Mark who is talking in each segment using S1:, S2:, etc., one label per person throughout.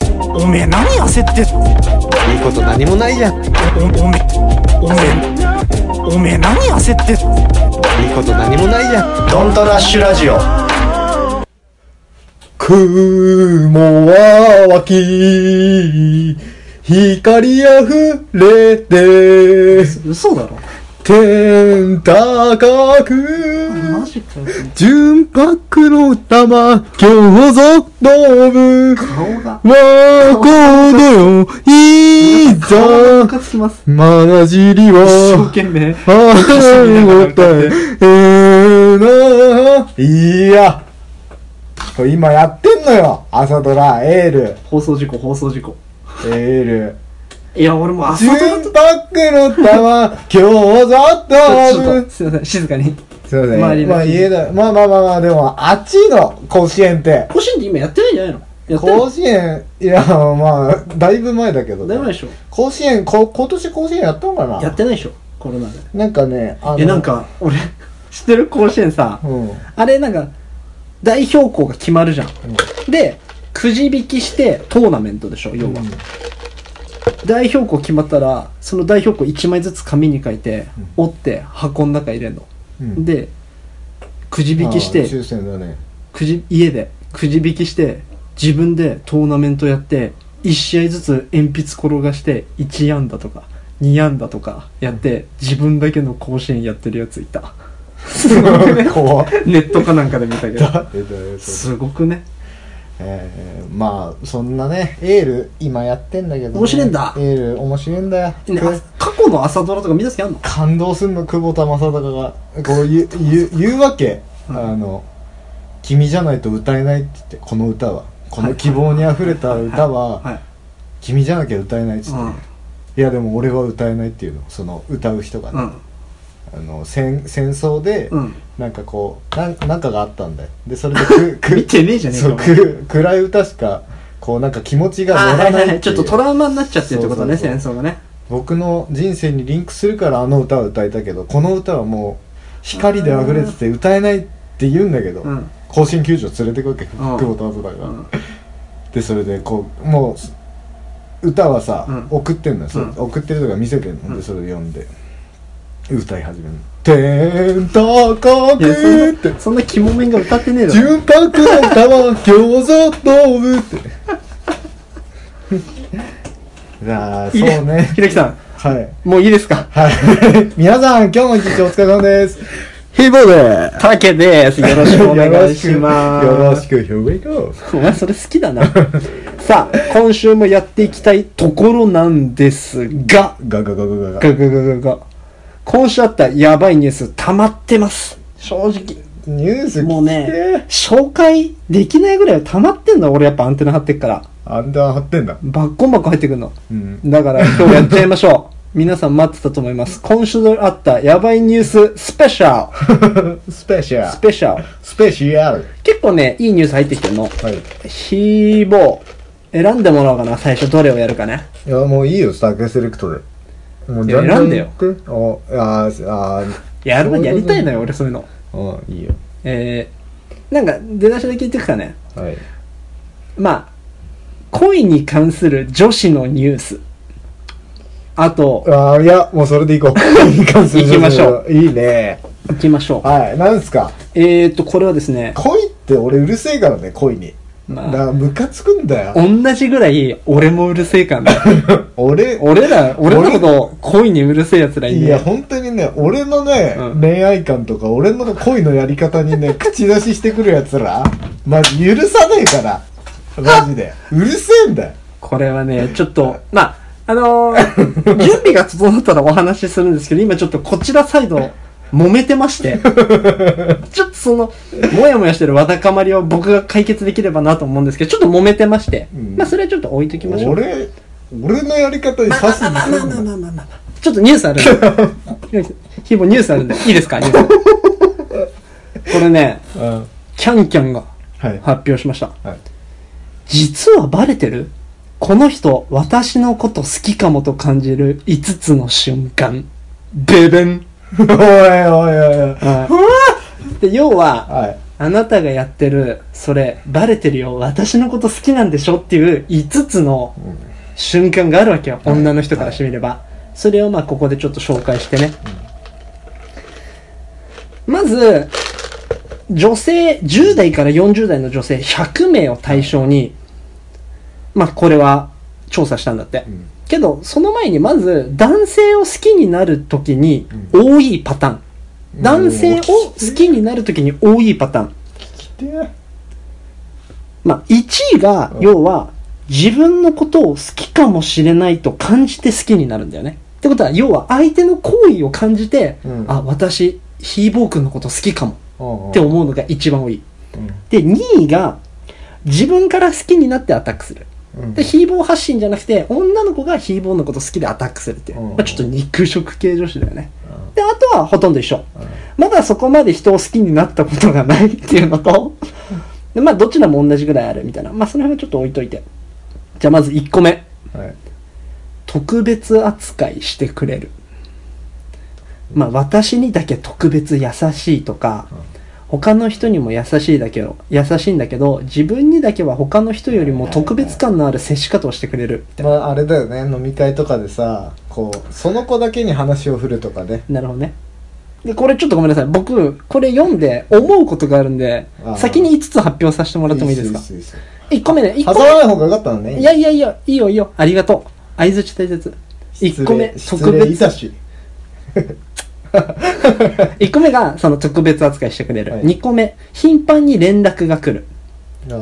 S1: おめえ何焦って
S2: いいこと何もないじゃんいい
S1: おおめおめおめえ何焦って
S2: こと何もないじゃん
S3: ドントラッシュラジオ
S4: 雲は湧き、光あふれて、
S5: 嘘だろ
S4: 天高く、
S5: マジかよ
S4: 純白の玉、今日ぞ飛ぶ、
S5: 顔が
S4: わこでよ、い
S5: 顔がム
S4: ざ、
S5: カつきます
S4: まなじり
S5: 一生
S4: は、
S5: 懸命
S4: ああ、答
S5: 歌って
S4: え、えー、ないや、これ今やってんのよ、朝ドラ、エール。
S5: 放送事故放送事故
S4: エール。
S5: いや俺もう朝
S4: 純
S5: ドラと
S4: 白の玉、今日ぞ
S5: ちょ
S4: 飛
S5: っと
S4: ぶ。
S5: すいません静かに
S4: すいません。
S5: 周りの
S4: まあ言えない。まあまあまあまあ、でも、あっちの甲子園って、
S5: 甲子園って今やってないんじゃないのやって
S4: 甲子園、いや、まあ、だいぶ前だけど、
S5: ないやってないでしょ
S4: 甲子園、こ今年甲子園やったのか
S5: やっ
S4: な
S5: てないでしょコロナで
S4: なんかね、あの、
S5: えなん、か俺知ってる甲子園さ
S4: うん。
S5: あれなんか代表校が決まるじゃん、でくじ引きしてトーナメントでしょ要は、代表校決まったらその代表校1枚ずつ紙に書いて、折って箱の中入れんの、
S4: うん
S5: でくじ引きし
S4: あ
S5: て
S4: 抽選だね。
S5: くじ家でくじ引きして自分でトーナメントやって1試合ずつ鉛筆転がして1安打とか2安打とかやって自分だけの甲子園やってるやつ いたすごくね
S4: 怖っ。
S5: ネットかなんかで見たけど
S4: えっとえっと
S5: すごくね
S4: えー、まあ、そんなね、エール、今やってんだけど、
S5: 面白いんだ
S4: エール、面白いんだよ。
S5: ね
S4: これ
S5: あ過去の朝ドラとか見出す気あんの
S4: 感動すんの久保田正孝がこう言う言う言うわけ、あの「君じゃないと歌えない」って言ってこの歌はこの希望にあふれた歌は「
S5: はい、
S4: 君じゃなきゃ歌えない」っつって、
S5: うん
S4: いやでも俺は歌えない」っていうのその歌う人が
S5: う
S4: ね、
S5: ん
S4: あの戦戦争で、
S5: うん
S4: なんかこうなんなんかがあったんだよでそれでくく
S5: 見てねえじゃねえか
S4: そうく暗い歌しかこうなんか気持ちが
S5: あ
S4: 乗
S5: は
S4: ら
S5: い
S4: な
S5: はい
S4: い
S5: は
S4: っ
S5: い
S4: て
S5: ち
S4: い
S5: ょっ
S4: う
S5: とトラウマになっちゃってるってことね
S4: そうそうそう
S5: 戦争がね
S4: 僕の人生にリンクするからあの歌を歌いたけどこの歌はもう光で溢れてて歌えないって言うんだけど、
S5: うん
S4: 甲子園球場連れてくわけ久
S5: ん
S4: 保田正孝が、
S5: うん
S4: でそれでこうもう歌はさ、
S5: うん
S4: 送ってんのよ、それ
S5: うん
S4: 送ってるとか見せてんの、でそれで読んで歌い始めるの「天高
S5: いやそ
S4: く」っ
S5: ん
S4: て
S5: なそんな肝面が歌ってねえ
S4: 「
S5: だろ
S4: 純白の玉餃子ドーム」 ってじゃあそうね
S5: ひらきさん
S4: はい
S5: もういいですか
S4: はい。 皆さん、今日も一日お疲れ様です。
S5: ヒボでタケですよろしくお願いします
S4: よろしく、here we go。
S5: お前それ好きだ なさあ今週もやっていきたいところなんですが
S4: ガガガガガガ。
S5: ガガガガガ今週あったやばいニュース溜まってます正直
S4: ニュース聞きて
S5: もうね、紹介できないぐらい溜まってんだ俺やっぱアンテナ張ってっから
S4: アンダー張ってんだ。
S5: バッコンバッコン入ってくんの
S4: うん。
S5: だから今日やっちゃいましょう皆さん待ってたと思います今週あったやばいニューススペシャル
S4: スペシャ
S5: ス
S4: ル。
S5: ペシャル
S4: スペシャル。
S5: 結構ねいいニュース入ってきてるの
S4: はい。
S5: ひーぼー選んでもらおうかな最初どれをやるかね
S4: いや、もういいよ、スタークセレクトで。もう
S5: いや選んでよ
S4: じゃんじゃんってお、あー、あー、
S5: やる
S4: そういうこと
S5: やりたいのよ俺そういうの
S4: あーいいよ。
S5: えー、なんか出だしで聞いてくかね
S4: はい。
S5: まあ恋に関する女子のニュースあと
S4: あー、いや、もうそれでいこう。 いい感じ
S5: 行きましょ
S4: う。いいね。
S5: 行きましょう
S4: はい。なんすか
S5: えーっとこれはですね
S4: 恋って俺うるせえからね、恋に。
S5: まあ
S4: だからムカつくんだ よ。
S5: 同じぐらい俺もうるせえかな
S4: 俺、
S5: 俺ら俺のこと恋にうるせえやつらいん
S4: い
S5: だ
S4: や、
S5: よ
S4: 本当にね、俺のね、
S5: うん
S4: 恋愛観とか、俺の恋のやり方に ね、口出ししてくるやつら、マジ許さねえから。マジ で。うるせえんだよ。
S5: これはねちょっとまああ のー準備が整ったらお話しするんですけど今ちょっとこちらサイド揉めてまして ちょっとそのもやもやしてるわだかまりを僕が解決できればなと思うんですけどちょっと揉めてまして、
S4: うん
S5: まあそれはちょっと置いときましょう
S4: 俺、俺のやり方に指すん だよ。
S5: まあまあまあまあちょっとニュースあるんでひぼニュースあるんでいいですかニ ュースこれね
S4: うん
S5: キャンキャンが
S4: はい。
S5: 発表しました
S4: はい。
S5: 実はバレてるこの人私のこと好きかもと感じる5つの瞬間ベベン
S4: おいおいおいおい。
S5: で要は
S4: はい。
S5: あなたがやってる、それ、バレてるよ、私のこと好きなんでしょっていう5つの瞬間があるわけよ、女の人からしてみれば。それをまあ、ここでちょっと紹介してね。まず、女性、10代から40代の女性100名を対象に、まあ、これは調査したんだって。
S4: ん
S5: けど、その前にまず、男性を好きになるときに多いパターン。男性を好きになるときに多いパターン。
S4: 来てや
S5: まあ、1位が、要は、自分のことを好きかもしれないと感じて好きになるんだよね。ってことは、要は相手の行為を感じて、
S4: うん
S5: あ、私、ヒーボー君のこと好きかも
S4: っ
S5: って思うのが一番多い。
S4: うん
S5: で、2位が、自分から好きになってアタックする。
S4: うん
S5: で、ヒーボー発信じゃなくて、女の子がヒーボーのこと好きでアタックするっていう。
S4: うん
S5: まあ、ちょっと肉食系女子だよね。で、あとはほとんど一緒。
S4: う
S5: まだそこまで人を好きになったことがないっていうのと、でまあ、どちらも同じぐらいあるみたいな。まあ、その辺はちょっと置いといて。じゃあ、まず1個目。
S4: んはい
S5: 特別扱いしてくれる。まあ、私にだけ特別優しいとか、他の人にも優しいだけど、優しいんだけど、自分にだけは他の人よりも特別感のある接し方をしてくれる。
S4: まああれだよね飲み会とかでさこうその子だけに話を振るとかね
S5: なるほどね。で、これちょっとごめんなさい。僕、これ読んで思うことがあるんで
S4: あ、ー
S5: 先に5つ発表させてもらってもいいですか
S4: っよいいっすよいいっすよ
S5: ?1 個目ね。1個
S4: 挟ま
S5: 目。
S4: ない方がよかったのね
S5: いやいやいや、いいよいいよ。ありがとう。相づち大切。1個目、
S4: 特
S5: 特
S4: 別い
S5: 別。
S4: たし
S5: 1個目が、その特別扱いしてくれる。
S4: はい
S5: 2個目、頻繁に連絡が来る。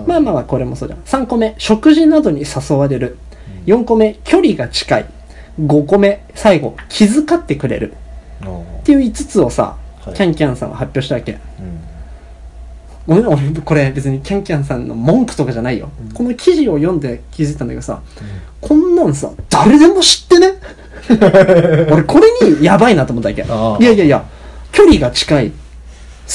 S5: まあまあまあ、これもそうだ。3個目、食事などに誘われる。4個目、距離が近い。5個目、最後、気遣ってくれる。
S4: あうん
S5: っていう5つをさ、
S4: はい
S5: キャンキャンさんは発表したわけ。ごめん、俺、これ別にキャンキャンさんの文句とかじゃないよ。この記事を読んで気づいたんだけどさ、こんなんさ、誰でも知ってね 俺、これにやばいなと思ったわけ。
S4: ああ
S5: いやいやいや、距離が近い。好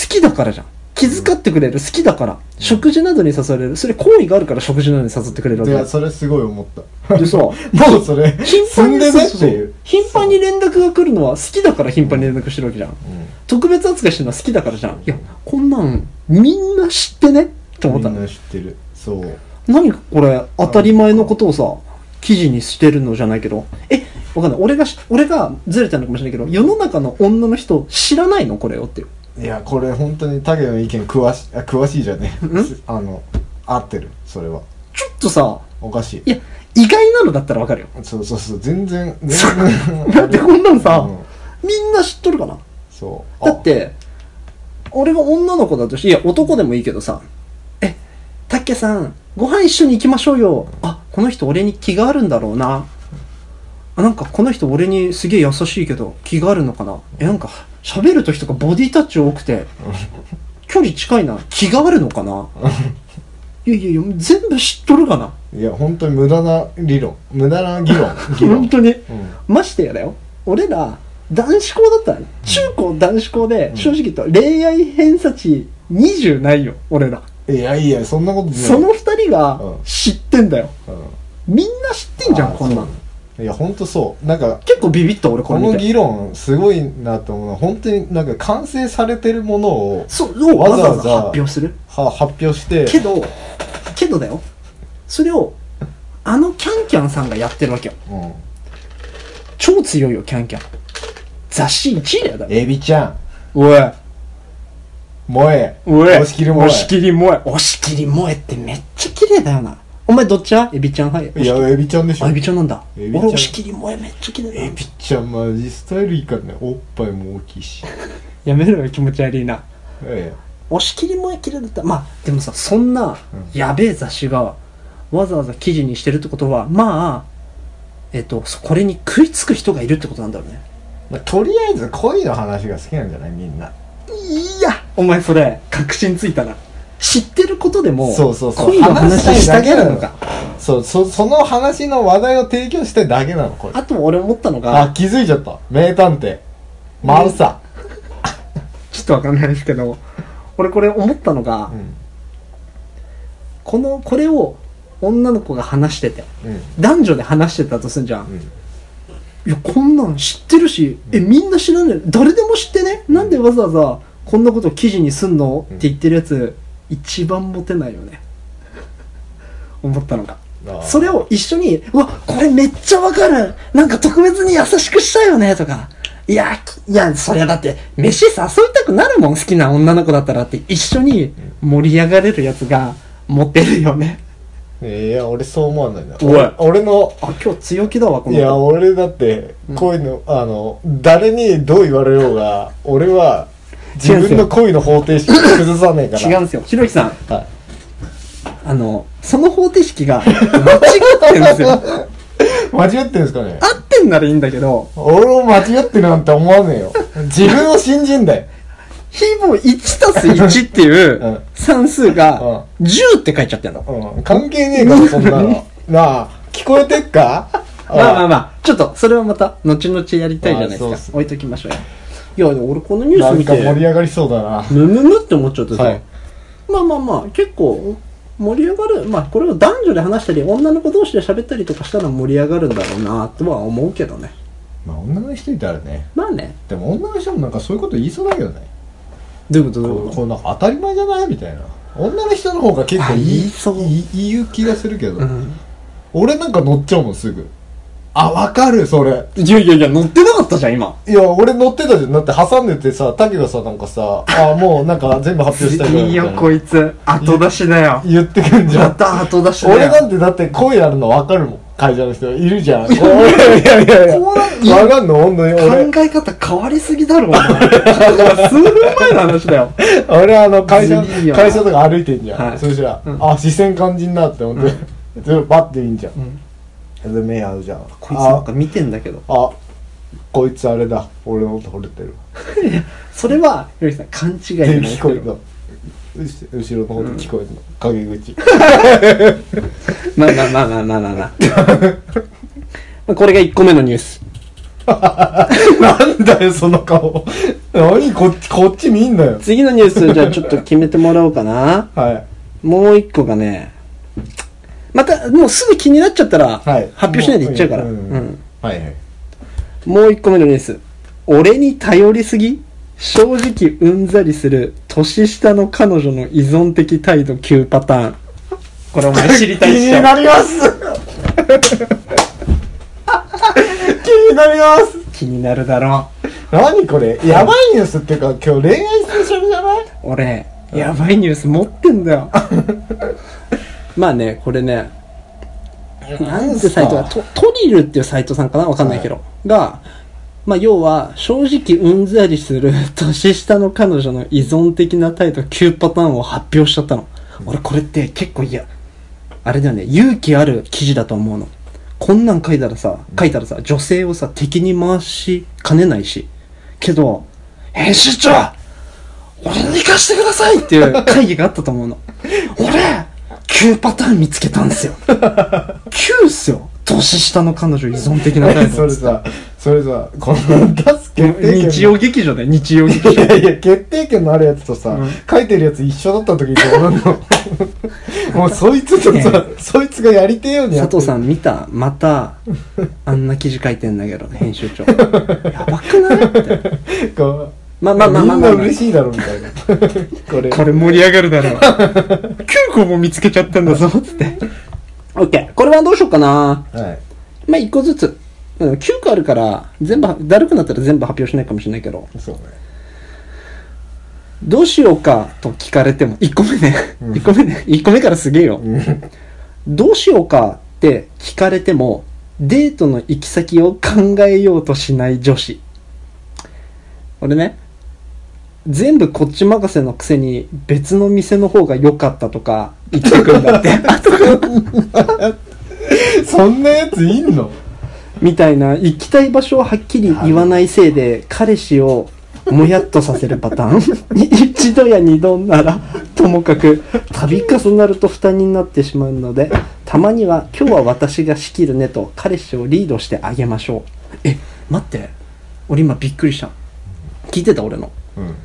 S5: きだからじゃん。気遣ってくれる、好きだから。食事などに誘われる。それ、好意があるから食事などに誘ってくれるわ
S4: い
S5: け
S4: やそれすごい思 った
S5: だ。でさ、
S4: も うそれ
S5: 頻
S4: 積
S5: 繁
S4: ん
S5: に、
S4: で
S5: そう
S4: ね
S5: そ
S4: って
S5: うそ
S4: いうう
S5: 頻繁に連絡が来るのは好きだから頻繁に連絡してるわけじゃん。特別扱いしてるのは好きだからじゃん。いや、こんなん、みんな知ってねって思
S4: み
S5: った
S4: ん
S5: の
S4: な。知ってるそう
S5: 何これ、当たり前のことをさ、記事にしてるのじゃないけど。え、わかんない。俺がし、俺がずれたのかもしれないけど、世の中の女の人知らないのこれをっていう。
S4: いやこれ本当にタゲの意見詳しあ詳しいじゃねえあの合ってるそれは
S5: ちょっとさ、
S4: おかしい
S5: いや、意外なのだったらわかるよ。
S4: そうそうそう全 然全然
S5: だってこんなんさ
S4: うん、
S5: みんな知っとるかな
S4: そう
S5: だって、俺が女の子だとして、いや、男でもいいけどさ、え、たっけさん、ご飯一緒に行きましょうよ。あ、この人俺に気があるんだろうな。あ、なんかこの人俺にすげえ優しいけど、気があるのかな。え、なんか、喋る時とかボディタッチ多くて、距離近いな。気があるのかな。いやいやいや、全部知っとるかな。
S4: いや本当に無駄な理論無駄な議論議論
S5: 本当に。
S4: うん
S5: ましてやだよ俺ら男子校だったらね中高男子校で正直言うと恋愛偏差値20ないよ俺ら
S4: いやいやそんなことない
S5: その2人が
S4: うん
S5: 知ってんだよ
S4: う
S5: みんな知ってんじゃ
S4: あ
S5: ん
S4: ー
S5: こんなん
S4: んいや本当そうなんか
S5: 結構ビビった俺こ
S4: こ
S5: れ
S4: の
S5: 見て
S4: 議論すごいなと思うのは本当になんか完成されてるものを
S5: そうわ
S4: わ
S5: ざ
S4: ざ
S5: わ
S4: わざ
S5: ざ発表する
S4: は発表して
S5: けどけどだよそれをあのキャンキャンさんがやってるわけよ
S4: うん
S5: 超強いよキャンキャン雑誌1位だよだよ
S4: エビちゃん
S5: おい
S4: 萌え
S5: おい
S4: 押し切る萌え
S5: 押し切り萌え押し切り萌えってめっちゃ綺麗だよなお前どっちはエビちゃんはい
S4: いやエビちゃんでしょ
S5: あエビちゃんなんだ
S4: エビち
S5: 俺
S4: ゃん
S5: 押し切り萌えめっちゃ綺麗だ
S4: エ
S5: な
S4: ビちゃんマジスタイルいいからねおっぱいも大きい し
S5: やめろよ気持ち悪いな
S4: え
S5: 押し切り萌え綺麗だったまあでもさそんな
S4: う
S5: やべえ雑誌がわざわざ記事にしてるってことはまあえっとそこれに食いつく人がいるってことなんだろうね
S4: えまあとりあえず恋の話が好きなんじゃないみんない
S5: やお前それ確信ついたな知ってることでも
S4: そうそうそう
S5: 恋の話したげる
S4: 話
S5: の
S4: したいだ
S5: か
S4: そうそその話の話題を提供したいだけなのこれ
S5: あと俺思ったのが
S4: あ気づいちゃった名探偵マルサ、
S5: ちょっとわかんないですけど、俺これ思ったのが、
S4: ん
S5: この、これを女の子が話してて、
S4: うん
S5: 男女で話してたとすんじゃん。
S4: ん
S5: いや、こんなん知ってるし、え、みんな知らない。誰でも知ってね。なんでわざわざ、こんなこと記事にすんのって言ってるやつ、一番モテないよね思ったのが
S4: あー
S5: それを一緒に「うわこれめっちゃわかるなんか特別に優しくしたよね」とか「いやきいやそりゃだって飯誘いたくなるもん好きな女の子だったら」って一緒に盛り上がれるやつがモテるよね
S4: いや俺そう思わないな
S5: おい
S4: 俺の
S5: あ今日強気だわこ
S4: い
S5: の
S4: や俺だってこういうの、あの誰にどう言われようが俺は自分の恋の方程式崩さねえから
S5: 違うんですよひろきさん
S4: はい
S5: あのその方程式が間違ってる ん ですよ
S4: 間違ってるんですかね
S5: 合ってんならいいんだけど
S4: 俺を間違ってるなんて思わねえよ自分を信じんだよ
S5: ひも1たす1っていううん算数が10って書いちゃってんの
S4: うん関係ねえからそんなのなあ聞こえてっか
S5: まあまあ
S4: あ
S5: まあ、ちょっとそれはまた後々やりたいじゃない
S4: あそう
S5: で
S4: っ
S5: す
S4: す
S5: か。置いときましょうよ。いや、でも俺このニュー
S4: な
S5: ス
S4: ん
S5: 見
S4: か盛り
S5: て、
S4: 上がりそうだな
S5: ムムムって思っちゃってさ、
S4: はい
S5: まあまあまあ、結構盛り上がる、まあこれを男女で話したり、女の子同士で喋ったりとかしたら盛り上がるんだろうなとは思うけどね。
S4: まあ女の人いたらね
S5: まあね、
S4: でも女の人もなんかそういうこと言いそうだけどね
S5: どういうことどういう
S4: こ
S5: こ
S4: う
S5: と
S4: こうなんか当たり前じゃないみたいな女の人の方が結構
S5: あ
S4: い
S5: 言い
S4: い
S5: そう
S4: いい言う気がするけど、
S5: うん
S4: 俺なんか乗っちゃうもんすぐあわかるそれ
S5: いやいやいや、乗ってなかったじゃん、今。
S4: いや俺乗ってたじゃんだって挟んでてさ竹がさなんかさあもうなんか全部発表したいからみたいな
S5: こいつ。後出しだよ。
S4: 言ってくんじゃ
S5: ま
S4: ん
S5: た後出しだ
S4: 俺
S5: よ。
S4: なんてだって声やるの分かるもん会社の人いるじゃんいやいやいやいや
S5: こうな
S4: 分かんの本当に俺
S5: 考え方変わりすぎだろ、お前 数分前の話だよ。
S4: 俺あの会社
S5: ずるいよな
S4: 会社とか歩いてんじゃん、
S5: はい
S4: そしたら、
S5: うん
S4: あ視線感じんなって思って、全部パッていいんじゃん、で目合うじゃん
S5: こいつなんか見てんだけど。
S4: ああこいつあれだ俺のこと惚れてる
S5: それは、ひろゆきさん、勘違いじゃな
S4: で
S5: い
S4: 聞こえるのうし後ろの方で聞こえるの、陰口
S5: まあまあまあまあまあまあまあ。まあ これが1個目のニュース。
S4: なんだよその顔何こっちこっち見んなよ
S5: 次のニュース、じゃあちょっと決めてもらおうかな。
S4: はい
S5: もう1個がね、また、もうすぐ気になっちゃったら、
S4: はい
S5: 発表しないでいっちゃうから。
S4: もううん
S5: うん
S4: はいはい
S5: もう1個目のニュース。俺に頼りすぎ正直うんざりする年下の彼女の依存的態度9パターン。これお前知り
S4: 気
S5: たいっし
S4: に
S5: ょ。
S4: なります 気になります
S5: 気になるだろう。
S4: 何これやばいニュースっていうか今日恋愛スペシャルじゃない
S5: 俺やばいニュース持ってんだよ まあねこれねなんてサイトがトトリルっていうサイトさんかなわかんないけど、がまあ要は正直うんざりする 年下の彼女の依存的な態度9パターンを発表しちゃったの、俺これって結構いやあれだよね勇気ある記事だと思うのこんなん書いたらさ書いたらさ女性をさ敵に回しかねないしけど編集長俺に行かしてくださいっていう会議があったと思 うの。俺、9パターン見つけたんですよ。9っすよ。年下の彼女依存的なタ イ
S4: そ
S5: プ
S4: れ。さそれさこの出す決定権の
S5: 日曜劇場だよ、日曜劇
S4: い
S5: 場。
S4: やいや決定権のあるやつとさ、
S5: うん
S4: 書いてるやつ一緒だった時どうな のもうそいつとさそいつがやりてえようにや
S5: 佐
S4: ってる
S5: 藤さん見たまた、あんな記事書いてんだけど、編集 長。やばくないって。
S4: こ
S5: まあ
S4: う
S5: まあまあまあまあ、
S4: みんな嬉しいだろみたいなこれ
S5: これ盛り上がるだろう。9個も見つけちゃったんだぞ、 つって。オッケー。これはどうしようかな。
S4: はい
S5: まあ、一個ずつ。うん、9個あるから、全部、だるくなったら全部発表しないかもしれないけど、
S4: そうね
S5: どうしようかと聞かれても、1個目ね。1個目ね。1個目からすげえよ。どうしようかって聞かれても、デートの行き先を考えようとしない女子。俺ね、全部こっち任せのくせに別の店の方が良かったとか言ってくるんだって。
S4: そんなやついんの
S5: みたいな行きたい場所をはっきり言わないせいで彼氏をもやっとさせるパターン一度や二度ならともかく度重なると負担になってしまうのでたまには今日は私が仕切るねと彼氏をリードしてあげましょうえ待って俺今びっくりした聞いてた俺の
S4: うん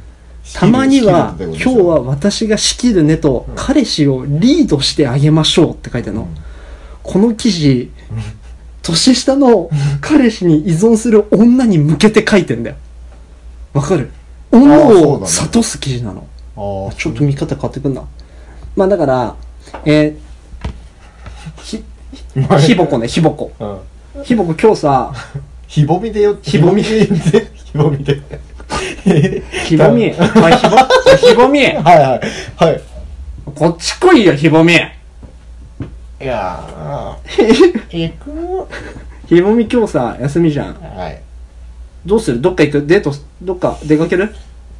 S5: たまには
S4: 仕切るってこ
S5: 今日
S4: とでしょ
S5: は私が仕切るねと彼氏をリードしてあげましょうって書いてあるの、この記事年下の彼氏に依存する女に向けて書いてんだよわかる
S4: あーそう
S5: 女
S4: だ
S5: を
S4: ね
S5: 諭す記事なの
S4: あー
S5: ちょっと見方変わってくんなまあだから、えー、ひ、 ひぼこね、ひぼこ。
S4: うん
S5: ひぼこ今日さ、
S4: ひぼみでよ
S5: ひぼみ
S4: で ひぼみで
S5: ひぼみ、おい、ひぼ、おいひぼみ、
S4: はいはいはい
S5: こっち来いよ、ひぼみ。
S4: いや ー行く
S5: ひぼみ今日さ、休みじゃん。
S4: はい
S5: どうするどっか行くデート、どっか出かける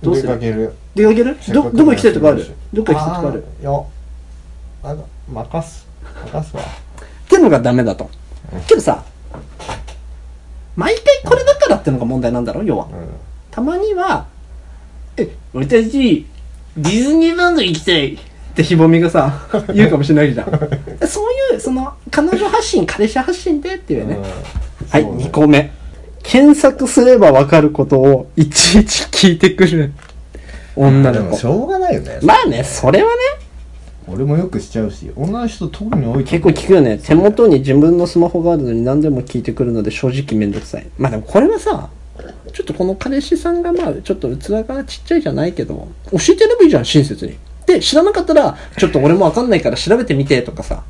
S5: どうす
S4: 出か
S5: る
S4: ける
S5: 出かけるど、どこ行きたいとかある
S4: せっかく
S5: どっか行きたいとかある
S4: ーよあの任す任すわ
S5: ってのがダメだと。けどさ、毎回これだからってのが問題なんだろ要は
S4: う。ん
S5: たまには、え、俺たち、ディズニーランド行きたいってひぼみ がさ、言うかもしれないじゃん。そういう、その、彼女発信、彼氏発信でっていうね。はい、
S4: そうね
S5: 2個目。検索すればわかることをいちいち聞いてくる女
S4: で
S5: の
S4: もし
S5: 子。
S4: ょうがないよね
S5: まあね、それはね、
S4: 俺もよくしちゃうし女の人特に多い
S5: 結構聞くよね手元に自分のスマホがあるのに何でも聞いてくるので正直めんどくさいまあでもこれはさちょっとこの彼氏さんがまあちょっと器がちっちゃいじゃないけど教えてやればいいじゃん親切にで知らなかったらちょっと俺もわかんないから調べてみてとかさ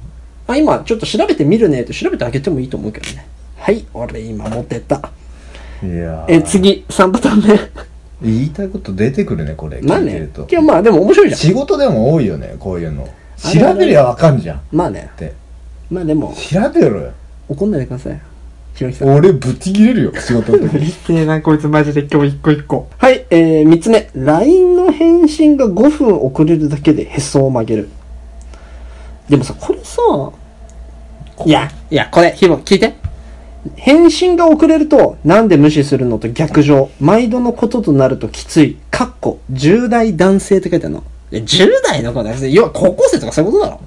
S5: あ今ちょっと調べてみるねって調べてあげてもいいと思うけどねはい俺今モテた
S4: いやー
S5: え次3パターン
S4: 言いたいこと出てくるねこれ
S5: 目まあ
S4: 聞いてる
S5: ね
S4: と
S5: いやまあでも面白いじゃん
S4: 仕事でも多いよねこういうの
S5: あれあ
S4: 調
S5: れ
S4: べりゃわかんじゃんっ
S5: まあね
S4: て
S5: まあでも
S4: 調べろよ
S5: 怒んないでくださいひろきさん
S4: 俺ぶち切れるよ仕事の
S5: う
S4: 時
S5: るせえな、こいつマジで今日一個一個。はい、えー、三つ目。LINE の返信が5分遅れるだけでへそを曲げる。でもさ、これさ、いや、いや、これ、ひも、聞いて。返信が遅れると、なんで無視するのと逆上。毎度のこととなるときつい。かっこ、10代男性って書いてあるの。いや、10代の子だよ。要は高校生とかそういうことだろ。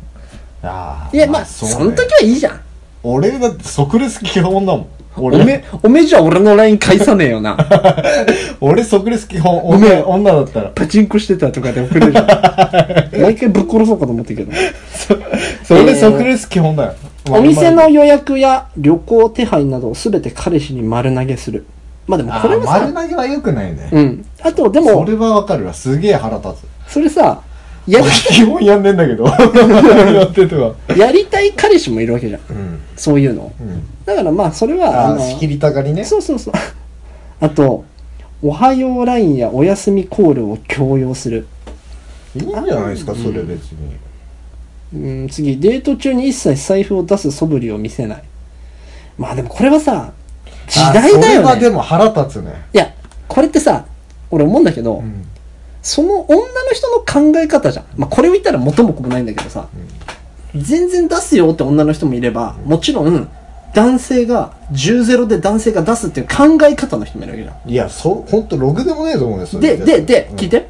S4: あー
S5: いや、 まあ、そ
S4: そうね
S5: の時はいいじゃん。
S4: 俺だって即レス基本だもん
S5: お
S4: 俺
S5: め、おめじゃ俺の LINE 返さねえよな。
S4: 俺即レス基本
S5: ごめん
S4: 女女だったら
S5: パチンコしてたとかで遅れるじゃん 毎回ぶっ殺そうかと思ってるけど、
S4: それで即レス基本だよ、
S5: お店の予約や旅行手配などを全て彼氏に丸投げするまあでもこ
S4: こ
S5: れ
S4: れ
S5: は
S4: 丸
S5: さ
S4: 投げは良くないね、
S5: うんあとで
S4: そ
S5: も
S4: れはわかるわすげえ腹立つ
S5: それさや
S4: 俺基本やんねえんだ けどやってては
S5: りやりたい彼氏もいるわけじゃん
S4: うん、
S5: そういうのを
S4: うん、
S5: だからまあそれは
S4: あ
S5: あ
S4: あ
S5: の
S4: 仕切りたがりね
S5: そうそう そうあと「おはようラインや「おやすみコール」を強要する
S4: いいんじゃないですかそれ別に、
S5: うん、次、デート中に一切財布を出す素振りを見せない。まあでもこれはさ、時代だ
S4: あそれは
S5: よ
S4: で
S5: ね。
S4: も腹立つね、
S5: いや、これってさ、俺思うんだけど、
S4: うん、
S5: その女の人の考え方じゃん。まあこれを言ったら元も子もないんだけどさ、全然出すよって女の人もいれば、もちろん、男性が、10-0で男性が出すっていう考え方の人もいるわけじゃん。
S4: いやそうほんとろくでもねえと思うよそれ
S5: ででで
S4: うん
S5: 聞いて
S4: うん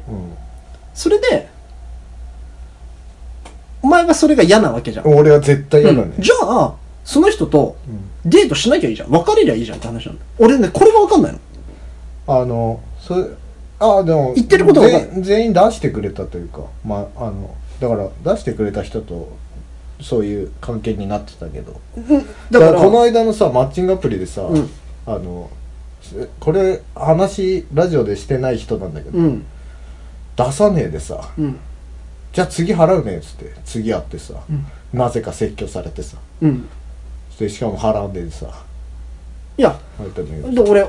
S5: それで、お前はそれが嫌なわけじゃん。
S4: 俺は絶対嫌だね、
S5: じゃあ、その人とデートしなきゃいいじゃん。別れりゃいいじゃんって話なの。俺ね、これがわかんないの。
S4: あのそれああでも
S5: 言ってることが分かる
S4: 全全員出してくれたというかまああのだから出してくれた人とそういう関係になってたけど
S5: だ
S4: だからら
S5: か、
S4: この間のさマッチングアプリでさ、
S5: うん
S4: あのすこれ話ラジオでしてない人なんだけど、
S5: うん、
S4: 出さねえでさ
S5: うん、
S4: じゃあ次払うねっつって次会ってさ、
S5: ん
S4: なぜか説教されてさ
S5: うん。
S4: でしかも払うんでさ
S5: いや、
S4: あれだね
S5: で俺、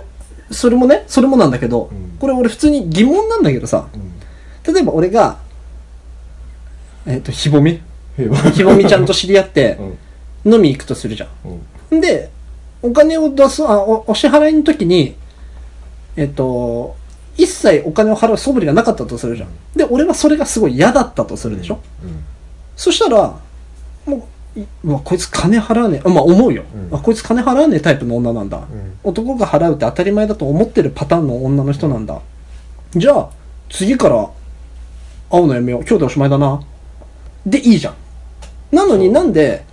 S5: それもね、それもなんだけど、
S4: うん
S5: これ俺普通に疑問なんだけどさ、例えば俺が、えっ、と、ひぼみ
S4: うん
S5: ひぼみちゃんと知り合 って
S4: う、ん
S5: 飲み行くとするじゃん。
S4: うん
S5: で、お金を出す、あ、おお支払いの時に、えっと、一切お金を払う素振りがなかったとするじゃん。で、俺はそれがすごい嫌だったとするでしょ、
S4: うん
S5: そしたら、もう、いうわ、こいつ金払わねえ。あまあ思うよ、
S4: うん
S5: あ、こいつ金払わねえタイプの女なんだ、
S4: ん
S5: 男が払うって当たり前だと思ってるパターンの女の人なんだ。じゃあ、次から会うのやめよう。今日でおしまいだな。で、いいじゃん。なのになんで、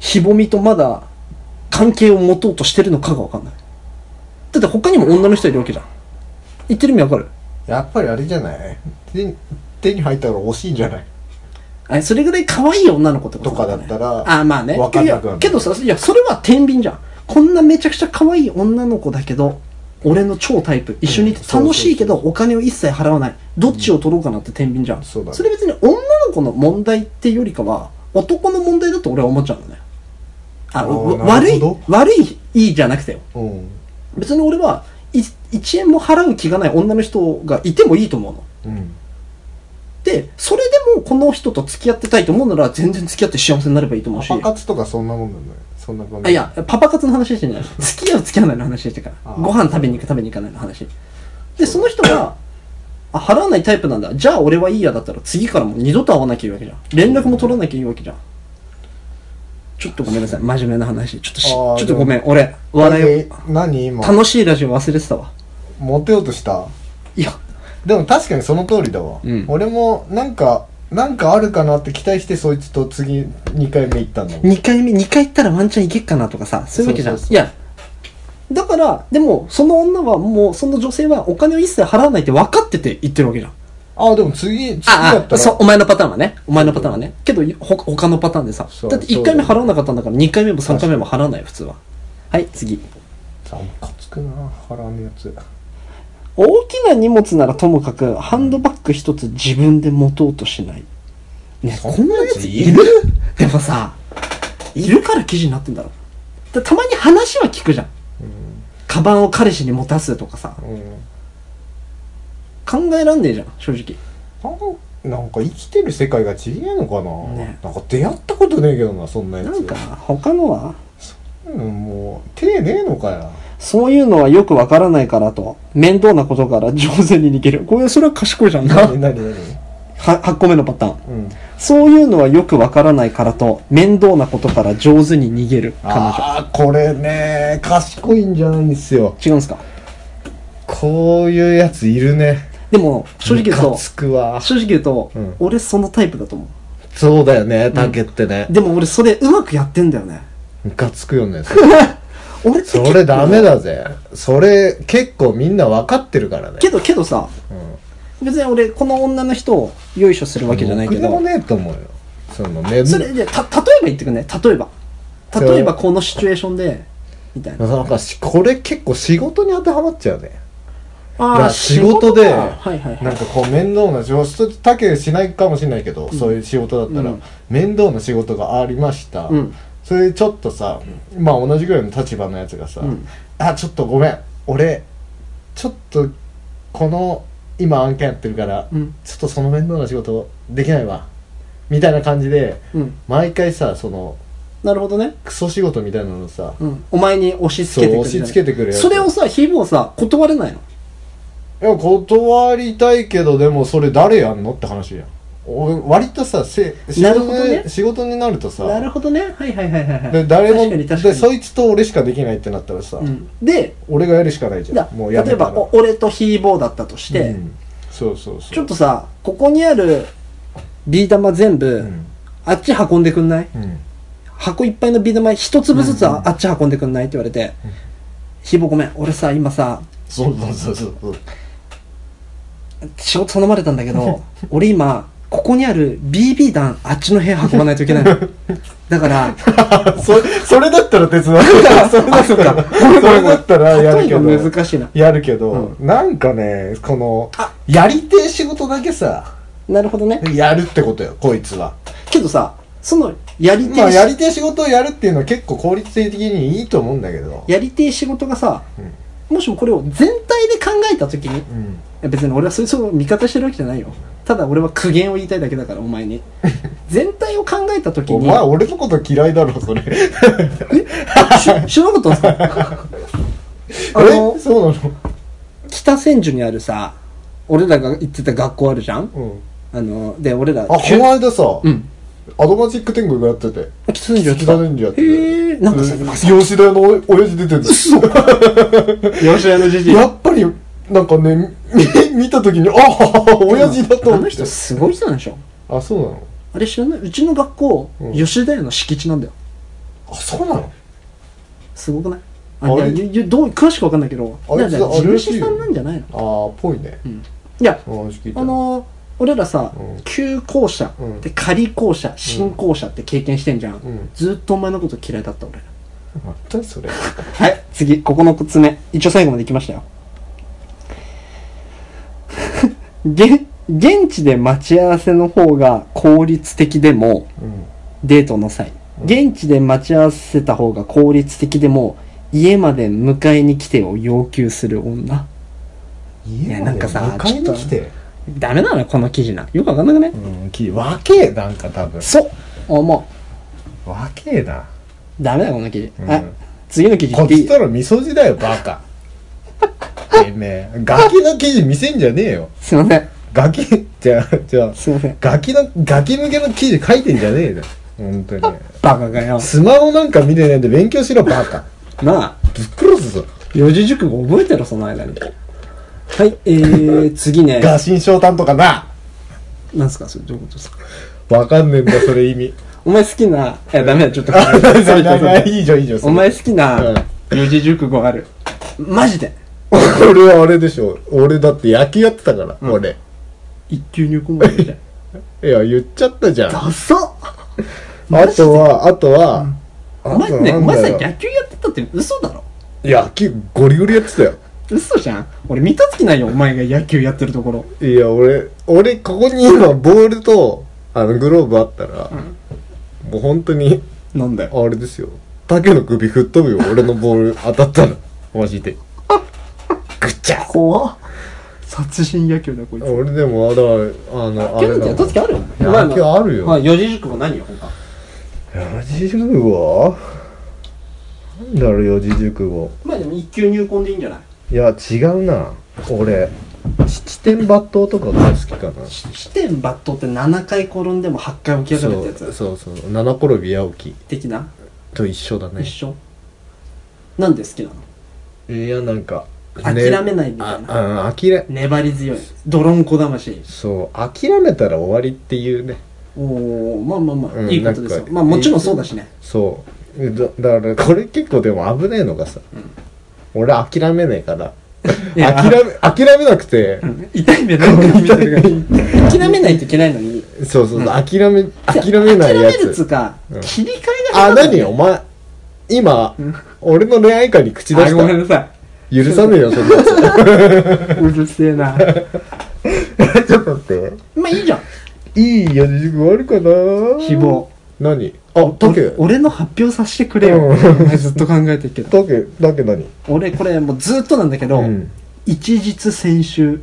S5: ひぼみとまだ関係を持とうとしてるのかがわかんない。だって他にも女の人いるわけじゃん。言ってる意味わかる
S4: やっぱりあれじゃない手に手に入ったら惜しいんじゃない
S5: あそれぐらい可愛い女の子ってことんね
S4: とかだったら
S5: あまあね
S4: わかんなくなる
S5: いやけどさいやそれは天秤じゃんこんなめちゃくちゃ可愛い女の子だけど俺の超タイプ一緒にいて
S4: うん
S5: 楽しいけどお金を一切払わないどっちを取ろうかなって天秤じゃん、
S4: そうだね
S5: れ別に女のの子の問題ってよりかは、男の問題だと俺は思っちゃうのね。あの、
S4: あー
S5: わ悪
S4: ないるほど、
S5: 悪い、いいじゃなくてよ。
S4: うん
S5: 別に俺は、い1円も払う気がない女の人がいてもいいと思うの。
S4: うん
S5: で、それでもこの人と付き合ってたいと思うなら全然付き合って幸せになればいいと思う
S4: パ
S5: し。
S4: パ活とかそんなもんなんだよそんな感
S5: あいや、パパ活の話してない。付き合う付き合わないの話してか
S4: あ
S5: ら。
S4: あ
S5: ご飯食べに行く食べに行かないの話。で、その人が、あ、払わないタイプなんだ。じゃあ俺はいいやだったら次からもう二度と会わなきゃいいわけじゃん。連絡も取らなきゃいいわけじゃん。ちょっとごめんなさい。真面目な話。ちょっとし、ち
S4: ああ
S5: ょっとごめん。俺、笑いを、
S4: 何何今
S5: 楽しいラジオ忘れてたわ。
S4: モテようとした
S5: いや、
S4: でも確かにその通りだわ、
S5: うん
S4: 俺もなんかなんかあるかなって期待してそいつと次2回目行ったんだもん
S5: 2回目、2回行ったらワンチャンいけっかなとかさ、そういうわけじゃん。
S4: そうそう
S5: いや、だから、でも、その女はもう、その女性はお金を一切払わないって分かってて言ってるわけじゃん。
S4: ああでも次次だ
S5: あ
S4: ったら
S5: あ、そう、お前のパターンはね。お前のパターンはね。けど、ほ、他のパターンでさ
S4: そ。う
S5: だって1回目払わなかったんだから、2回目も3回目も払わないよ、普通は。はい、次。
S4: あムカつくな払わねえやつ
S5: 大きな荷物ならともかく、ハンドバッグ一つ自分で持とうとしない。ね、
S4: そんな
S5: こんなやついるでもさ、いるから記事になってんだろ。だたまに話は聞くじゃん。カバンを彼氏に持たすとかさ、
S4: うん、うん
S5: 考えらんねえじゃん、正直。
S4: なんなんか生きてる世界がちげえのかな、
S5: ね
S4: なんか出会ったことねえけどなそんなやつ
S5: なんか、他のは、
S4: うん、もう手ねえのかよ
S5: そういうのはよくわからないからと、面倒なことから上手に逃げる。これ、それは賢いじゃん な。は
S4: 何何何
S5: 8個目のパターン。
S4: うん
S5: そういうのはよくわからないからと、面倒なことから上手に逃げる。彼女。
S4: ああこれね賢いんじゃないんですよ
S5: 違うんですか
S4: こういうやついるね
S5: でも、正直言う
S4: ム
S5: と
S4: カ、つくわ
S5: 正直言うと、
S4: うん
S5: 俺そのタイプだと思う。
S4: そうだよね竹ってね、
S5: でも俺それうまくやってんだよね。
S4: ムカつくよね
S5: 俺って
S4: そ
S5: 結構
S4: れダメ。だぜそれ結構みんな分かってるからね
S5: けど、けどさ、
S4: うん
S5: 別に俺この女の人をよいしょするわけじゃないけ
S4: ろ
S5: ど
S4: く、でもねえと思うよそのめん
S5: それで、た、例えば言ってくんね。例えば。例えばこのシチュエーションで、みたいな。
S4: なんかしこれ結構仕事に当てはまっちゃうねだか
S5: あ
S4: ら仕事で
S5: かはいはい
S4: な
S5: は
S4: んかこう面倒な仕事竹しないかもしれないけど、そういう仕事だったら、
S5: うん
S4: 面倒な仕事がありました、
S5: い。うん。
S4: それでちょっとさ、まあ同じぐらいの立場のやつがさ「
S5: うん
S4: あちょっとごめん俺ちょっとこの今案件やってるから、
S5: うん
S4: ちょっとその面倒な仕事できないわ」みたいな感じで
S5: うん。
S4: 毎回さその
S5: なるほどね。
S4: クソ仕事みたいなのさ、
S5: うん。お前に押し付
S4: そう
S5: けてくる。
S4: 押し付けてくるやつ
S5: それをさ、ひもさ、断れないの。
S4: いや断りたいけどでもそれ誰やんのって話やんお割とさせ仕
S5: な
S4: 事
S5: るほどね
S4: に仕事になるとさ
S5: なるほどね。はいはいはいはいはい。
S4: で誰も
S5: 確かに確か
S4: で
S5: に。
S4: そいつと俺しかできないってなったらさ、
S5: うんで、
S4: 俺がやるしかないじゃ
S5: だ
S4: んもうや
S5: 例え
S4: めたら
S5: ば、お俺とヒーボーだったとして、
S4: うんそうそうそう
S5: ちょっとさ、ここにあるビー玉全部、
S4: うん、
S5: あっち運んでくんない
S4: うん、
S5: 箱いっぱいのビー玉一粒ずつあ,、あっち運んでくんないって言われて、ひーボーごめん、俺さ、今さ、
S4: そうそうそうそう
S5: 仕事頼まれたんだ けど俺今ここにある BB 弾あっちの部屋運ばないといけないの だから
S4: そそれだったら 手伝う それだったらそれだったらやる
S5: 例
S4: け
S5: えば
S4: ど
S5: 難しいな
S4: やるけど、なんかねこの
S5: あ
S4: やりてえ仕事だけさ
S5: なるほどね
S4: やるってことよこいつは
S5: けどさそのやり手、
S4: まあやりてえ仕事をやるっていうのは結構効率的にいいと思うんだけど
S5: やり手仕事がさ、もしもこれを全体で考えた時にい
S4: うん
S5: や別に俺はそういうそう味方してるわけじゃないよただ俺は苦言を言いたいだけだからお 前に全体を考えた時
S4: お
S5: に
S4: 前俺のこと嫌いだろ それ
S5: えし知らなかったんですかあの
S4: えそうなの
S5: 北千住にあるさ俺らが行ってた学校あるじゃん、
S4: うん
S5: あの、で、俺ら、
S4: あこの間さ、
S5: うん。
S4: アドマチック天国やってて
S5: 北千住やってた。
S4: 北千住やってて
S5: へえー、なんかさ、
S4: うん吉田屋のお親父出てんの
S5: 吉田のじ
S4: やっぱりなんかねみ 見た時にああ親父だと
S5: あ
S4: 思
S5: の
S4: って
S5: 人すごい人なんでしょ
S4: あそうなの
S5: あれ知らないうちの学校、
S4: うん
S5: 吉田屋の敷地なんだよ。
S4: あそうなの
S5: すごくない
S4: あ
S5: あ
S4: れ
S5: いやいやどう詳しくわかんないけど、
S4: あいつ
S5: いやいや
S4: あ
S5: 地
S4: れらしい
S5: 主
S4: よ
S5: さんなんじゃないの
S4: ああぽいね
S5: いや、
S4: あ話聞いた
S5: あのー、俺らさ
S4: うん、
S5: 旧校舎
S4: うん、
S5: で仮校舎、新校舎って経験してんじゃ
S4: ん
S5: ん。ずーっとお前のこと嫌いだった俺ら。
S4: またそれ
S5: はい、次、ここのつ目。一応最後まで行きましたよ。現、現地で待ち合わせの方が効率的でも、
S4: うん
S5: デートの際。現地で待ち合わせた方が効率的でも、家まで迎えに来てを要求する女。
S4: い
S5: やなんかさ
S4: 迎えに来て
S5: ダメなのこの記事な。よくわかんなくね
S4: うんきわけえなんか多分
S5: そう思
S4: わけえな
S5: う。ダメだよこの記事。
S4: うん
S5: あ、次の記事
S4: こ
S5: 言
S4: っ
S5: ってい
S4: ち
S5: い
S4: とらみそじだよバ カてめえガキの記事見せんじゃねえよ
S5: すいません。
S4: ガキじゃあじゃあ
S5: すいません。
S4: ガキのガキ向けの記事書いてんじゃねえよ本当に
S5: バカがよ。
S4: スマホなんか見てないで勉強しろバカ
S5: なあ、
S4: ぶっ殺すぞ
S5: 四字熟語覚えてろ、その間に。はい、え ー、次ね。
S4: ガシンショウタンとかな
S5: なんすかそれ、どういうことですか
S4: わかんねえんだそれ意味
S5: お前好きな、い や、ダメだ、ちょっと。
S4: あ
S5: それそれ
S4: いいじゃんいいじゃんそ
S5: お
S4: れ
S5: 前好き
S4: う
S5: なん四字熟語ある。マジで
S4: 俺はあれでしょ俺だって野球やってたから、俺
S5: 一級入魂までみたい。
S4: いや言っちゃったじゃんあ
S5: ダサ
S4: とはあとは、
S5: お前ね、お
S4: あとなんだ
S5: 前さ、
S4: よ
S5: 野球やってたって嘘だろ
S4: 野球ゴリゴリやってたよ
S5: 嘘じゃん。俺見たつきないよ、お前が野球やってるところ。
S4: いや俺俺ここに今ボールとあのグローブあったら、もう本当に
S5: なんだよ。
S4: あれですよ竹の首吹っ飛ぶよ俺のボ ール当たったらマジでぐちゃ
S5: 怖っ殺人野球だ、こいつ。
S4: 俺でもあだあのあ
S5: 野球な
S4: れ
S5: んて
S4: だ
S5: やったつきある
S4: 野球あるよ
S5: まあ、四字熟語何よ、ほか。
S4: 四字熟語なんだろう四字熟語
S5: まあでも一級入魂でいいんじゃない
S4: いや違うな俺七点抜刀とかが好きかな
S5: 七点抜刀って7回転んでも8回起き
S4: そ
S5: 上がる
S4: う
S5: ってやつ
S4: そうそう七転び八起き
S5: 的な、
S4: と一緒だね
S5: 一緒なんで好きなの
S4: いやなんか
S5: 諦めないみたいな
S4: なあきれ
S5: 粘り強い泥んこ魂
S4: そう諦めたら終わりっていうね
S5: おおまあまあまあ、
S4: うん
S5: いいことですよ
S4: なんか
S5: まあもちろんそうだしね
S4: そうだだからこれ結構でも危ねえのがさ、俺諦めねえから
S5: いや
S4: 諦め諦めなくて、
S5: 痛い目 なんか見てるから諦めないといけないのに
S4: そうそうそう、諦め諦
S5: じゃあ
S4: めないや
S5: 諦めるっつ
S4: つ
S5: うか、
S4: うん
S5: 切り替え
S4: あ
S5: だけ
S4: 何お前今、俺の恋愛観に口出
S5: あ
S4: し
S5: ごめん
S4: た
S5: なさい
S4: 許さねえよそんなやつ
S5: うるせえな
S4: ちょっと待 っ
S5: まあいいじゃん
S4: ていい四字熟語あるかな
S5: 希望
S4: 何あタケ
S5: 俺俺の発表させてくれよ、
S4: う
S5: ずっと考えてるけど
S4: タケタケ何
S5: 俺これもうずっとなんだけど、
S4: うん
S5: 一日先週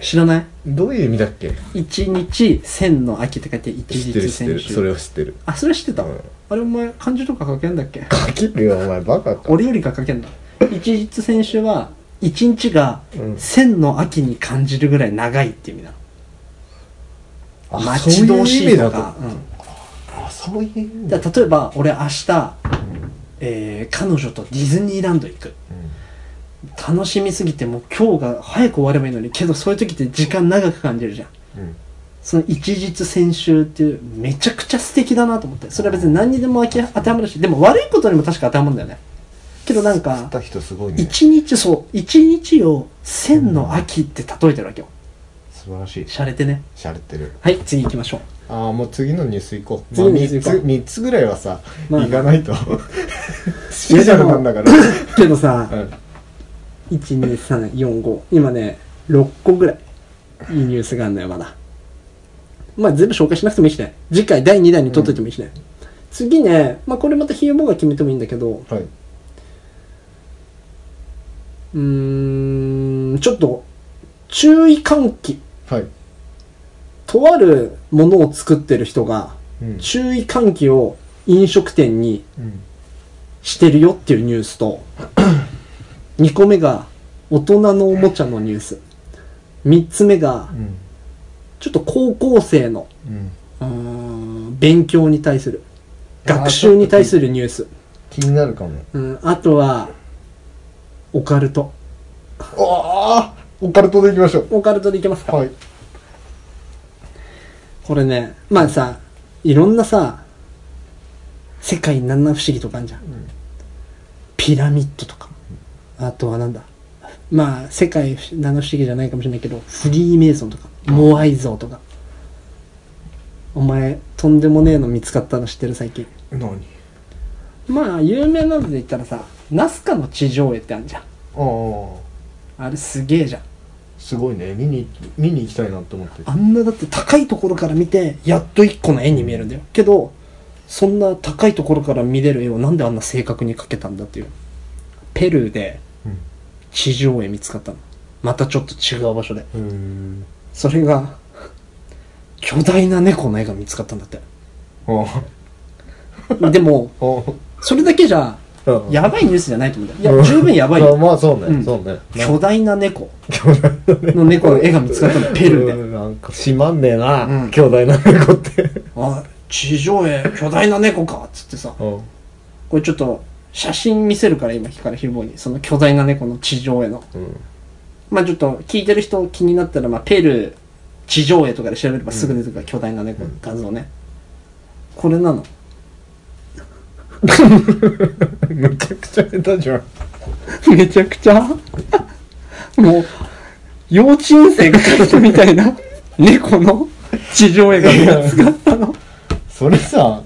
S5: 知らない
S4: どういう意味だっけ
S5: 一日千の秋って書いて一
S4: 知ってる
S5: 日
S4: 知って
S5: 先
S4: る
S5: 週
S4: それを知ってる
S5: あそれ知ってた、
S4: うん
S5: あれお前漢字とか書けんだっけ
S4: 書けるよお前バカか
S5: 俺よりか書けんだ一日先週は一日が
S4: うん
S5: 千の秋に感じるぐらい長いっていう意味なの、
S4: あ
S5: 待ち遠しいとか
S4: そういう意味だあそういう意
S5: う
S4: 味
S5: んだから例えば俺明日、えー彼女とディズニーランド行く楽しみすぎてもう今日が早く終わればいいのにけどそういう時って時間長く感じるじゃん
S4: うん
S5: その一日先週っていうめちゃくちゃ素敵だなと思ってそれは別に何にでも当て当てはまるしでも悪いことにも確か当てはまるんだよねけどなん
S4: 知っ
S5: か
S4: た人すごいね
S5: 一日そう一日を千の秋って例えてるわけよ
S4: 素晴らしい
S5: 洒落てね
S4: しゃれてる
S5: はい次行きましょう
S4: ああもう次のニュース行こう
S5: 次のニュース行こう
S4: まあ、3, つ3つぐらいはさ、
S5: まあ
S4: 行かない とスペシャルなんだから
S5: けどさ
S4: うん
S5: 12345今ね6個ぐらいいいニュースがあるのよまだまあ全部紹介しなくてもいいしね次回第2弾に取っといてもいいしね、次ね、まあ、これまたひゆぼが決めてもいいんだけど
S4: はいう
S5: ーんちょっと注意喚起
S4: はい
S5: とあるものを作ってる人が
S4: うん
S5: 注意喚起を飲食店に
S4: うん
S5: してるよっていうニュース と2個目が大人のおもちゃのニュース3つ目が
S4: うん
S5: ちょっと高校生の
S4: うん
S5: うーん勉強に対する学習に対するニュース
S4: 気になるかも
S5: うん、あとはオカルト
S4: ああオカルトでいきましょう
S5: オカルトでいけますか
S4: はい
S5: これねまあさいろんなさ世界七不思議とかあんじゃん、ピラミッドとかあとはなんだまあ世界七不思議じゃないかもしれないけどフリーメイソンとかモアイ像とかお前とんでもねえの見つかったの知ってる最近
S4: 何
S5: まあ有名なので言ったらさナスカの地上絵ってあんじゃん
S4: ああ
S5: あれすげえじゃん
S4: すごいね見に見に行きたいなと思って
S5: あんなだって高いところから見てやっと一個の絵に見えるんだよけどそんな高いところから見れる絵をなんであんな正確に描けたんだっていうペルーで
S4: うん
S5: 地上絵見つかったのまたちょっと違う場所で
S4: うーん
S5: それが巨大な猫の絵が見つかったんだって
S4: お
S5: でも
S4: お
S5: それだけじゃ
S4: うん
S5: やばいニュースじゃないと思うんだよいや十分やばい
S4: まあ
S5: よ
S4: まあそうね、
S5: うん
S4: そうね
S5: 巨大な猫の猫の絵が見つかったのペルーで
S4: うんなんかしまんねえな、
S5: うん
S4: 兄弟の猫って
S5: あ地上絵巨大な猫かっつってさ
S4: うん
S5: これちょっと写真見せるから今からひぼにその巨大な猫の地上絵の
S4: うん
S5: まあちょっと聞いてる人気になったら、まあ、ペルー地上絵とかで調べればすぐ出てくる巨大な猫の画像ね、これなの
S4: むちゃくちゃ下手じゃん
S5: めちゃくちゃ もう幼稚園生が描いたみたい な猫の地上絵が見つかったの
S4: それさ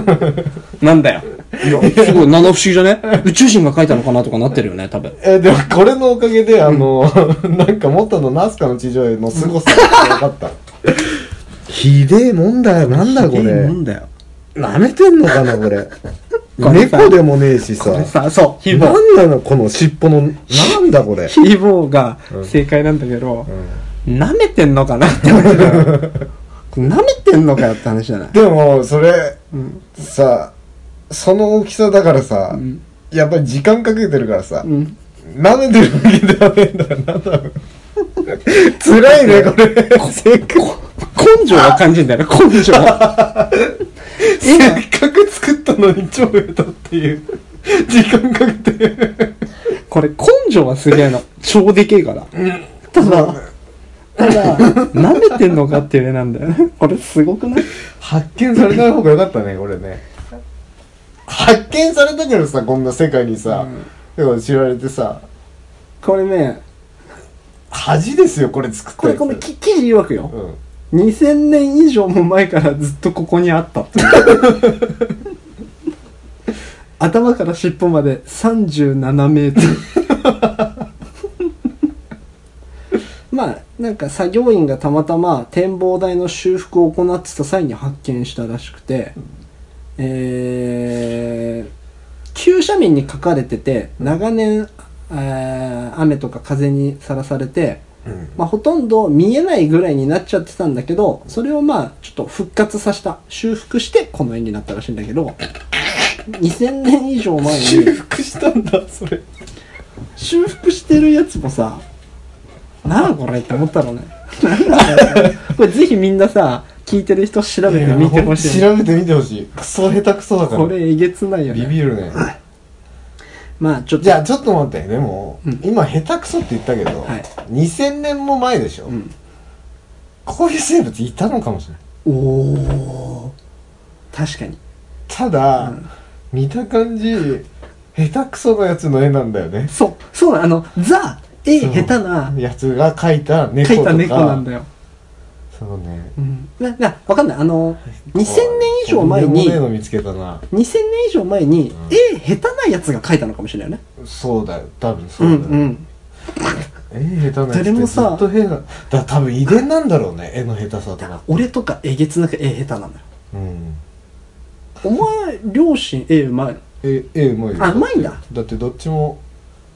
S5: なんだよいやすごい七不思議じゃね宇宙人が描いたのかなとかなってるよね多分
S4: えでもこれのおかげであの、なんか元のナスカの地上絵の凄さが分かった、ひでえもんだよなんだこ
S5: いい
S4: れ
S5: もんだよ
S4: なめてんのかなこ れ
S5: これさ
S4: 猫でもねえしさ
S5: これさ そうひぼ
S4: なんなのこの尻尾のなんだこれ
S5: キーボーが正解なんだけど、舐めてんのかなって話だよ舐めてんのかよって話じゃない
S4: でもそれ
S5: うん
S4: さその大きさだからさ、
S5: ん
S4: やっぱり時間かけてるからさ、
S5: うん
S4: 舐めてるわけではねえんだよな多 分辛いねこれせっかく
S5: 根性は感じるんだよね根性は
S4: せっかく作ったのに超下手っていう時間かけて
S5: これ根性はすげえの超でけえからただただ舐めてんのかっていう絵なんだよねこれすごくない
S4: 発見されない方が良かったねこれね発見されたけどさこんな世界にさ、だから知られてさ
S5: これね
S4: 恥ですよこれ作った
S5: これこのき記事曰くよ
S4: うん
S5: 2000年以上も前からずっとここにあったっていう頭から尻尾まで37メートルまあなんか作業員がたまたま展望台の修復を行ってた際に発見したらしくて、えー急斜面に書かれてて長年、えー雨とか風にさらされて、まあ、ほとんど見えないぐらいになっちゃってたんだけどそれをまあちょっと復活させた修復してこの絵になったらしいんだけど2000年以上前に
S4: 修復したんだそれ
S5: 修復してるやつもさなあこれって思ったのねこれぜひみんなさ聞いてる人調べてみてほしい
S4: 調べてみてほしいクソ下手くそだから
S5: これえげつないよ
S4: ビ
S5: ね
S4: ビるね
S5: まあちょっと
S4: じゃあちょっと待ってでも、
S5: うん
S4: 今下手くそって言ったけど、
S5: はい
S4: 2000年も前でしょ、
S5: ん
S4: こういう生物いたのかもしれない
S5: おお確かに
S4: ただ、見た感じ下手くそなやつの絵なんだよね
S5: そうそうなのあのザ絵
S4: そう
S5: 下手な
S4: やつが描いた猫と
S5: 描
S4: か
S5: いた猫なんだよ、
S4: そうね
S5: うん、なな分かんないあの2000年以上前
S4: とんでも
S5: に
S4: ねえ
S5: 2000
S4: の見つけたな
S5: 年以上前に
S4: ん
S5: 絵下手なやつが描いたのかもしれないよね
S4: そうだよ多分そううだ
S5: ん
S4: よ、
S5: うん
S4: 絵下手なやつ
S5: 誰
S4: ってず
S5: もさ
S4: っと変なだから多分遺伝なんだろうね絵の下手さとか
S5: 俺とかえげつなく絵下手なのよ
S4: うん
S5: お前両親絵うまいの
S4: え絵うまいよ
S5: あうまいんだ
S4: ってだってどっちも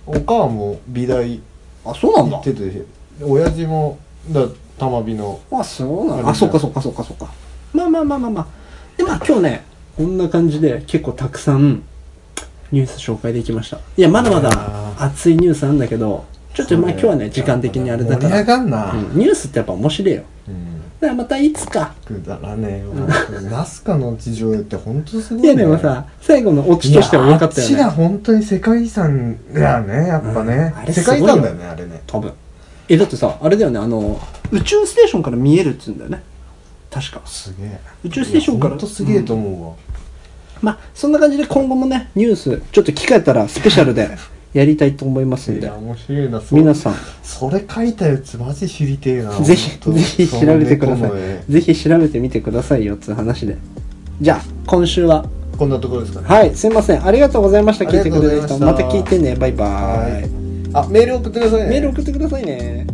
S4: お母も美大
S5: あそうなん
S4: 行
S5: だ
S4: ってて親父もだ玉美の
S5: あそうなん
S4: あれ
S5: だ
S4: だ
S5: あそうかそうかそうかそうかまあまあまあまあまあでまあ今日ねこんな感じで結構たくさんニュース紹介できましたいやまだま
S4: い
S5: だ
S4: やー
S5: 熱いニュースなんだけどちょっとまあ今日はね時間的にあれだか
S4: 盛り上
S5: ら、
S4: がんな、
S5: うん、ニュースってやっぱ面白いよ
S4: うん
S5: だからまたいつか
S4: くだらねえよナスカの地上絵って本当すごい、
S5: い
S4: ね、
S5: やでもさ最後のオチとしては多かったよ
S4: いやあっちが
S5: ね
S4: 本当に世界遺産だよねやっぱね
S5: う、んあれ
S4: 世
S5: すご
S4: 界
S5: い
S4: 遺
S5: よ
S4: 産だよねあれね
S5: 多分えだってさあれだよねあの宇宙ステーションから見えるっつうんだよね確か
S4: すげえ
S5: 宇宙ステーションから
S4: 本当すげえと思うわ、
S5: まあそんな感じで今後もねニュースちょっと機会あったらスペシャルでやりたいと思いますん
S4: い
S5: で
S4: や面白いなそう
S5: 皆さん
S4: それ書いたやつマジ知りてえな
S5: ぜひ
S4: ほんと
S5: ぜひ調べてくだ
S4: そ
S5: さ
S4: の猫の絵
S5: いぜひ調べてみてくださいよっつう話でじゃあ今週は
S4: こんなところですかね
S5: はいすいませんありがとうございました
S4: あり
S5: 聞い
S4: がと
S5: てく
S4: うござ
S5: れ
S4: い
S5: た
S4: ました
S5: 人また聞いてねバイバーイ
S4: あメール送ってくださいね
S5: メール送ってくださいね